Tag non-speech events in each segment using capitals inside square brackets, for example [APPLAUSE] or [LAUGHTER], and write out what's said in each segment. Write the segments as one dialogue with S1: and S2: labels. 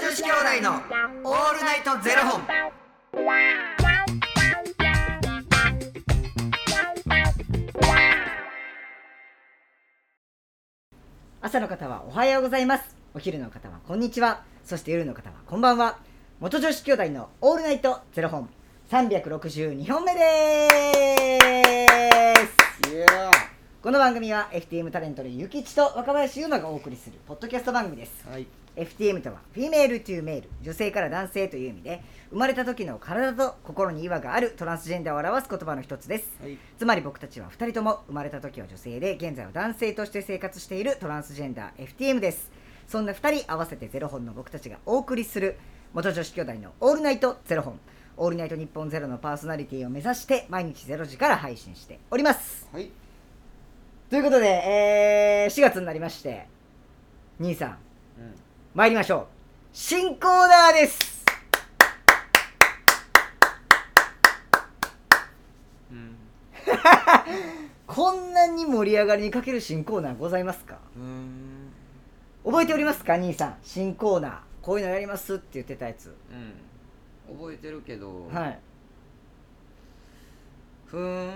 S1: 子兄弟のオールナイトゼロ本。
S2: 朝の方はおはようございますお昼の方はこんにちはそして夜の方はこんばんは元女子兄弟のオールナイトゼロ本362本目です
S3: いや
S2: この番組は FTM タレントのゆきちと若林優馬がお送りするポッドキャスト番組です
S3: ーはい
S2: FTM とはフィメールというメール女性から男性という意味で生まれた時の体と心に違和があるトランスジェンダーを表す言葉の一つです
S3: はい
S2: つまり僕たちは2人とも生まれた時は女性で現在は男性として生活しているトランスジェンダー FTM ですそんな2人合わせてゼロ本の僕たちがお送りする元女子兄弟の「オールナイトゼロ本」「オールナイト日本ゼロのパーソナリティを目指して毎日ゼロ時から配信しております
S3: はい
S2: ということで、え4月になりまして兄さん
S3: うん
S2: 参りましょう新コーナーです
S3: うん
S2: こんなに盛り上がりにかける新コーナーございますか
S3: うん
S2: 覚えておりますか兄さん新コーナーこういうのやりますって言ってたやつ
S3: うん覚えてるけど、
S2: はい [LAUGHS]
S3: ふーん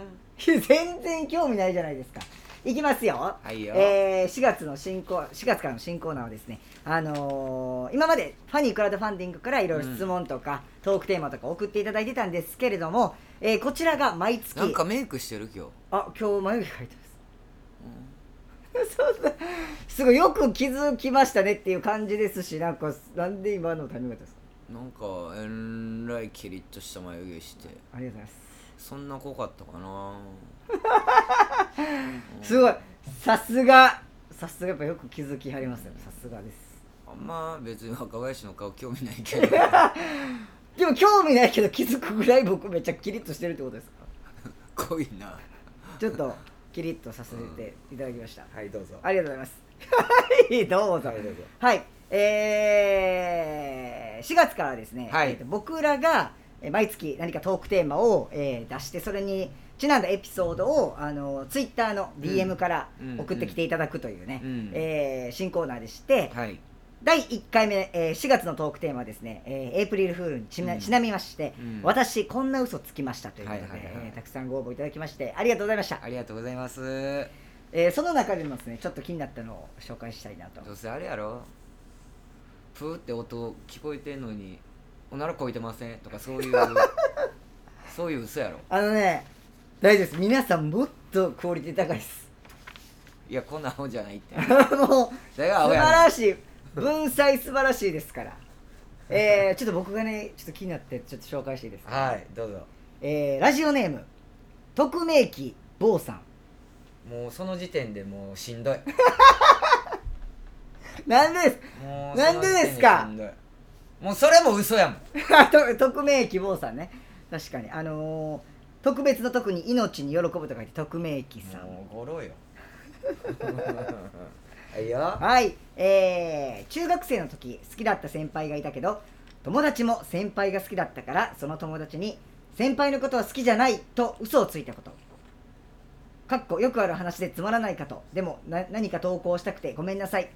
S2: いや全然興味ないじゃないですかいきますよ
S3: はいよ、
S2: えー、4月の新コー4月からの新コーナーはですね、あのー今までファニークラウドファンディングからいろいろ質問とか、トークテーマとか送っていただいてたんですけれども、えーこちらが毎月
S3: なんかメイクしてる今日、
S2: あ今日眉毛描いてますそんな [LAUGHS] すごいよく気づきましたねっていう感じですしなんかなんで今のタイミングだったんですか
S3: なんかえんらいキリッとした眉毛して
S2: ありがとうございます
S3: そんな濃かったかな
S2: [LAUGHS] すごいさすがさすがやっぱよく気づきはりますよさすがです
S3: あんま別に若林の顔興味ないけ
S2: [LAUGHS]
S3: ど
S2: でも興味ないけど気づくぐらい僕めっちゃキリッとしてるってことですか
S3: 濃いな
S2: ちょっとキリッとさせていただきました、
S3: はいどうぞ
S2: ありがとうございます [LAUGHS] はいどうぞ
S3: はいどうぞ
S2: はいえー、4月からはですね、
S3: はい
S2: えーと僕らがえー毎月何かトークテーマを、えー出してそれにちなんだエピソードをあのツイッターの DM から
S3: うん
S2: 送ってきていただくというね、
S3: うん
S2: えー新コーナーでして、
S3: はい
S2: 第1回目、えー4月のトークテーマはですね、えーエイプリルフールにちな,、
S3: うん
S2: ちなみまして、
S3: うん
S2: 私こんな嘘つきましたということで、
S3: はいはいはい
S2: えーたくさんご応募いただきましてありがとうございました、
S3: ありがとうございます
S2: えーその中でもですねちょっと気になったのを紹介したいなと
S3: どうせあれやろプーって音聞こえてんのにおならこいてませんとかそういう
S2: [LAUGHS]
S3: そういう嘘やろ
S2: あのね大丈夫です皆さんもっとクオリティ高いです [LAUGHS]
S3: いやこんな青じゃないって
S2: もう
S3: だ
S2: 素
S3: よ青
S2: 晴
S3: や
S2: らしい文才素晴らしいです [LAUGHS] からえーちょっと僕がねちょっと気になってちょっと紹介していいです
S3: ろ
S2: か、
S3: はいどうぞ
S2: えーラジオネーム匿名機坊さん
S3: もうその時点でもうし
S2: [LAUGHS]
S3: んどい
S2: なんでです
S3: も
S2: なんでですか
S3: その時点でしんどいもうそれも嘘やもん
S2: あと [LAUGHS] 匿名希望さんね確かにあのー特別の特に命に喜ぶと書いて匿名希さん
S3: もうゴ
S2: [LAUGHS]
S3: ロよ [LAUGHS] はいよ
S2: はいえー、中学生の時好きだった先輩がいたけど友達も先輩が好きだったからその友達に先輩のことは好きじゃないと嘘をついたことかっこよくある話でつまらないかとでもな何か投稿したくてごめんなさい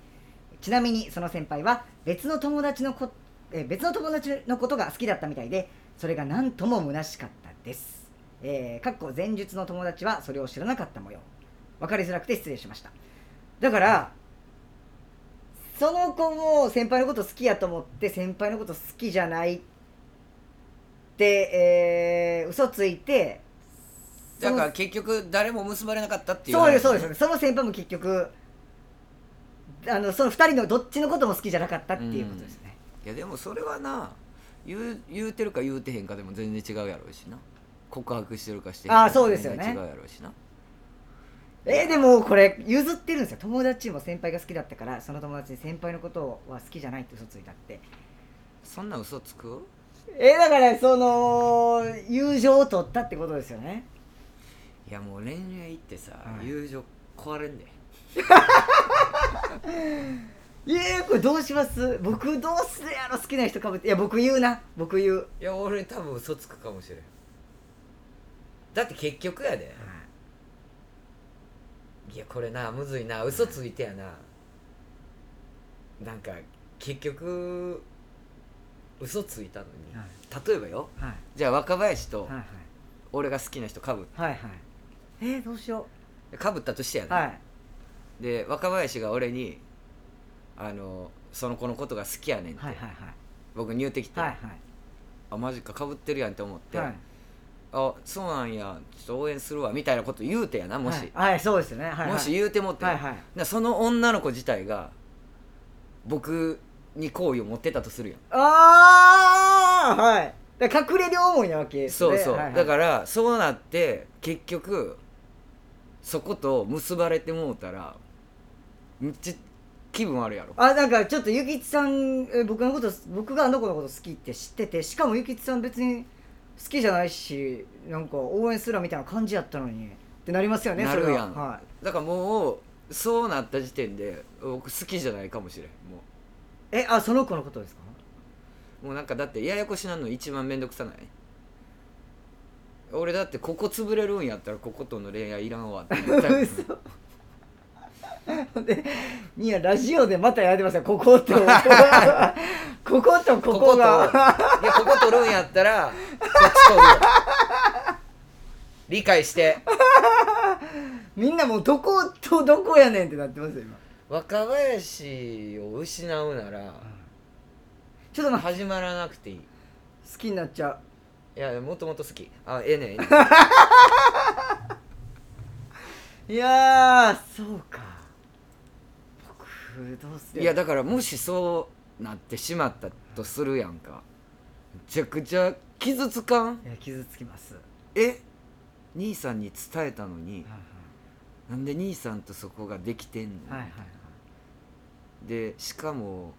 S2: ちなみにその先輩は別の友達のこえー別の友達のことが好きだったみたいでそれが何とも虚しかったです、えー、かっこ前述の友達はそれを知らなかった模様分かりづらくて失礼しましただからその子も先輩のこと好きやと思って先輩のこと好きじゃないって、えー、嘘ついて
S3: だから結局誰も結ばれなかったっていう
S2: そうですそう
S3: 話
S2: ですその先輩も結局あのその二人のどっちのことも好きじゃなかったっていうことですね、
S3: いやでもそれはな言う言うてるか言うてへんかでも全然違うやろうしな告白してるかしてへんか
S2: ああそうですよね
S3: 全然違うやろうしな
S2: えーでもこれ譲ってるんですよ友達も先輩が好きだったからその友達に先輩のことは好きじゃないって嘘ついたって
S3: そんな嘘つく
S2: えーだからその友情を取ったってことですよね
S3: いやもう恋愛ってさ、
S2: はい
S3: 友情壊れんで
S2: えー、これどうします僕どうするやろ好きな人かぶっていや僕言うな僕言う
S3: いや俺多分嘘つくかもしれんだって結局やでいやこれなむずいな嘘ついてやななんか結局嘘ついたのに、
S2: はい
S3: 例えばよ
S2: はい
S3: じゃあ若林と
S2: はい
S3: 俺が好きな人かぶ
S2: はいはいはいえー、どうしよ
S3: かぶったとしてや
S2: う
S3: な、
S2: はい
S3: で若林が俺にあのその子のことが好きやねんって、
S2: はいはいはい
S3: 僕に言うてきて、
S2: はい
S3: あマジかかぶってるやんって思って、
S2: はい
S3: あそうなんやちょっと応援するわみたいなこと言うてやなもし、
S2: はいはいそうですよねはいはい
S3: もし言うてもって、
S2: はいはい
S3: でその女の子自体が僕に好意を持ってたとするやん
S2: ああはいだから隠れ両思いなわけです
S3: そ
S2: ね
S3: うそう、
S2: はいはい
S3: だからそうなって結局そこと結ばれてもうたらめっちゃ気分悪いやろ
S2: あなんかちょっとゆきちさんえ僕のこと僕があの子のこと好きって知っててしかもゆきちさん別に好きじゃないしなんか応援すらみたいな感じやったのにってなりますよね
S3: な
S2: それ
S3: る
S2: は
S3: やん
S2: は
S3: だからもうそうなった時点で僕好きじゃないかもしれんも
S2: い、えあその子のこと
S3: [LAUGHS]
S2: ですか
S3: うもうなんかだってややこしなの一番面倒くさない俺だってここ潰れるんやったらこことの恋愛いらんわって言ったよ
S2: 嘘でいやラジオでまたやってますよこ
S3: [LAUGHS]
S2: ことここと [LAUGHS] ここが
S3: といやここ取るんやったらこっち取るよ理解して
S2: みんなもうどことどこやねんってなってますよ今
S3: 若林を失うなら
S2: ちょっと待って
S3: 始まらなくていい
S2: 好きになっちゃう
S3: いやもともと好きあええねんええねん
S2: いやーそうか僕どうする
S3: いやだからもしそうなってしまったとするやんかめちゃくちゃ傷つかん
S2: いや傷つきます、は
S3: え兄さんに伝えたのに
S2: いは
S3: なんで兄さんとそこができてんの、
S2: いはいはい
S3: でしかも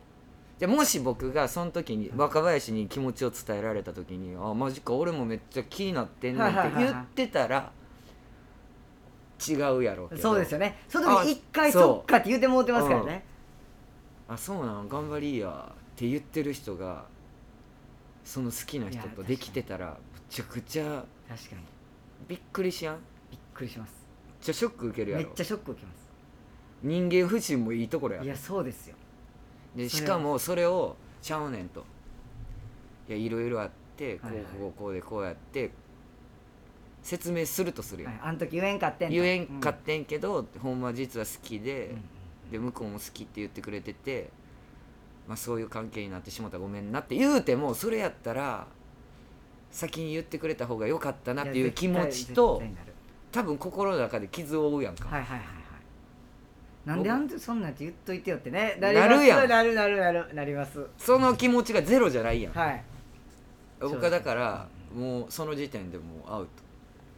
S3: じゃあもし僕がその時に若林に気持ちを伝えられた時に「あマジか俺もめっちゃ気になってんねん」って言ってたら違うやろうけど
S2: そうですよねその時に
S3: あ
S2: 一回
S3: そう
S2: そっかって言うてもうてますからね、
S3: あそうなん頑張りやって言ってる人がその好きな人とできてたらむちゃくちゃ
S2: 確かに
S3: びっくりしやんめっ
S2: びっくりします
S3: ちゃショック受けるや
S2: め
S3: ろ
S2: っちゃショック受けます
S3: 人間不信もいいところや
S2: いやそうですよ
S3: で
S2: そ
S3: し
S2: れは
S3: かもそれを「ちゃうねん」と「いやいろいろあってこ
S2: はいはいう
S3: こうこうでこうやって説明するとするや
S2: は
S3: ん、
S2: いあの時言えんかってんと
S3: 言えんかってんけど、ほんま実は好き
S2: う
S3: で
S2: んうん、
S3: で向こうも好きって言ってくれてて、まあ、そういう関係になってしまったらごめんなって言うてもそれやったら先に言ってくれた方が良かったなっていう気持ちと
S2: いや絶対絶対になる
S3: 多分心の中で傷を負うやんか、
S2: はいはいはいはいなんであんたそんなんて言っといてよってねな
S3: なるやん
S2: なるなるなるなります
S3: その気持ちがゼロじゃないやん、
S2: はい
S3: 僕はだからもうその時点でもうアウト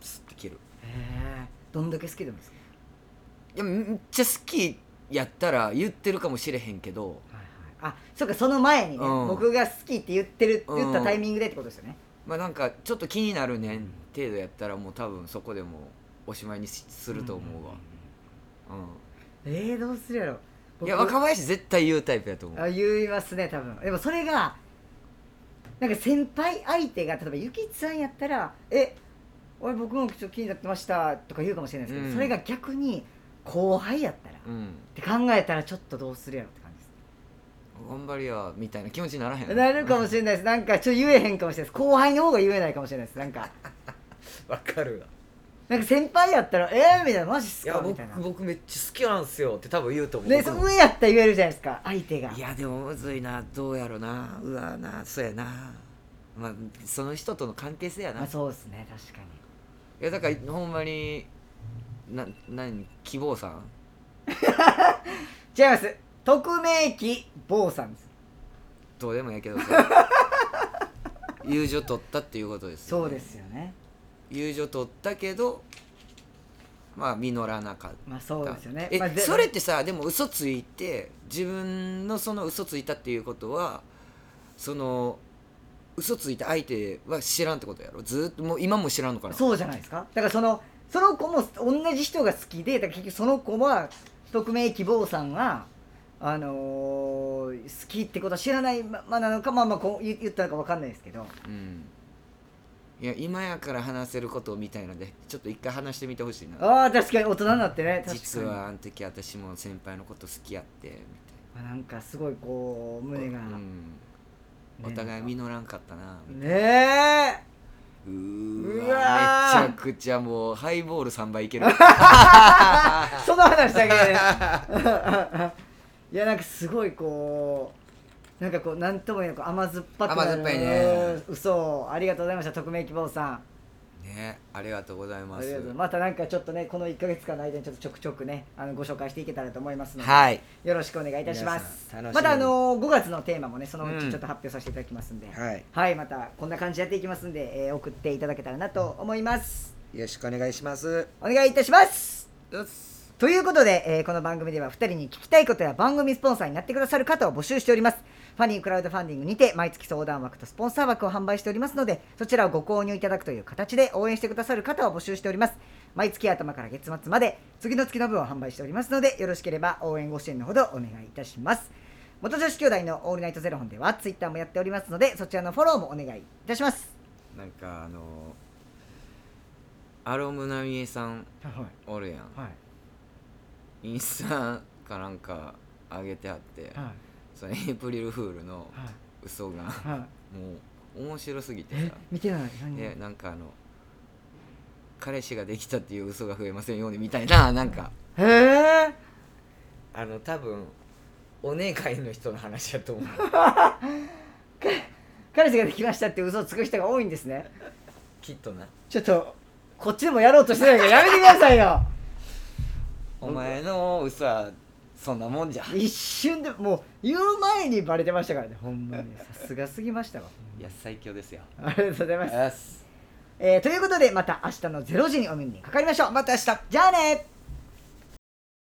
S3: スッて切る
S2: へえどんだけ好きでもですか
S3: いやめっちゃ好きやったら言ってるかもしれへんけど
S2: はいはい、あそうかその前にね、
S3: うん
S2: 僕が好きって言ってる
S3: うん
S2: 言ったタイミングでってことですよね、
S3: まあなんかちょっと気になるねん程度やったらもう多分そこでもうおしまいにしすると思うわう
S2: えー、どうするやろ
S3: ん
S2: 僕
S3: いや若林絶対言うタイプやと思う
S2: あ言いますね多分でもそれがなんか先輩相手が例えばゆきちさんやったら「え俺僕もちょっと気になってました」とか言うかもしれないですけど、
S3: うん
S2: それが逆に後輩やったら、
S3: う
S2: っ
S3: ん
S2: て考えたらちょっとどうするやろって感じです
S3: 頑張りやみたいな気持ちにならへん
S2: なるかもしれないですなんかちょっと言えへんかもしれないです後輩の方が言えないかもしれないですなんか
S3: [LAUGHS] わかるわ
S2: なんか先輩やったら「えー、みたいな「マジっす
S3: いや
S2: か?」みたいな
S3: 僕僕めっちゃ好きなんすよって多分言うと思う
S2: ね、そ上やったら言えるじゃないですか相手が
S3: いやでもむずいなどうやろなうわなそうやなまあその人との関係性やな
S2: まあ、そうですね確かに
S3: いやだからほんまにな何希望さん
S2: 違います匿名機坊さんです
S3: どうでもやけどさ [LAUGHS] 友情取ったっていうことですよ
S2: そ
S3: ね
S2: うですよね
S3: 友情取ったけどまあ実らなかった
S2: まあそうですよね
S3: え、
S2: まあ、で
S3: それってさでも嘘ついて自分のその嘘ついたっていうことはその嘘ついた相手は知らんってことやろずーっともう今も知らんのかな
S2: そうじゃないですかだからそのその子も同じ人が好きでだから結局その子は匿名希望さんがあのー好きってことは知らないままなのかまあまあこう言言ったのかわかんないですけど
S3: うんいや今やから話せることみたいなのでちょっと一回話してみてほしいな
S2: ああ確かに大人になってね確かに
S3: 実はあの時私も先輩のこと好きやってみたい
S2: まあなんかすごいこう胸が
S3: な、うんお互い実らんかったな
S2: ねえ
S3: うー
S2: う
S3: わ
S2: わー
S3: めちゃくちゃもうハイボール3杯
S2: [LAUGHS]
S3: いける
S2: その話だけで、
S3: [LAUGHS]
S2: ね、いやなんかすごいこうなんかこうなんとも言えないこう甘酸っぱくなる
S3: 甘酸っぱいね
S2: 嘘をありがとうございました匿名希望さん
S3: ねありがとうござい
S2: あ
S3: ま
S2: りが
S3: す
S2: とうございますまたなんかちょっとねこの1か月間の間にちょっとちょくちょくねあのご紹介していけたらと思いますので、
S3: はい
S2: よろしくお願いいたします
S3: 皆さん楽しみに
S2: またあの5月のテーマもねそのう
S3: う
S2: ち
S3: ん
S2: ちょっと発表させていただきますんで、はい、
S3: はい
S2: またこんな感じでやっていきますんで、えー送っていただけたらなと思います
S3: よろしくお願いします
S2: お願いいたします
S3: よっす
S2: ということで、えーこの番組では2人に聞きたいことや番組スポンサーになってくださる方を募集しておりますファニークラウドファンディングにて毎月相談枠とスポンサー枠を販売しておりますのでそちらをご購入いただくという形で応援してくださる方を募集しております毎月頭から月末まで次の月の分を販売しておりますのでよろしければ応援ご支援のほどお願いいたします元女子兄弟のオールナイトゼロ本ではツイッターもやっておりますのでそちらのフォローもお願いいたします
S3: なんかあのアロムナミエさん
S2: はい
S3: おるやん
S2: はい
S3: インスタかなんか上げてあって
S2: は
S3: そのエイプリルフールの嘘が
S2: いはい
S3: もう面白すぎて
S2: え
S3: さ
S2: 見てない何
S3: でなんかあの彼氏ができたっていう嘘が増えませんようにみたい [LAUGHS] ななんか
S2: へえ
S3: あの多分お願いの人の話やと [LAUGHS] 思う
S2: 彼氏ができましたって嘘をつく人が多いんですね
S3: きっとな
S2: ちょっとこっちでもやろうとしてない [LAUGHS] からやめてくださいよ
S3: お前の嘘はそんなもんじゃ
S2: 一瞬でもう言う前にバレてましたからねほんまにさすがすぎましたわ
S3: いや最強ですよ
S2: ありがとうございます、
S3: よし
S2: えーということでまた明日の0時にお目にかかりましょうまた明日じゃあね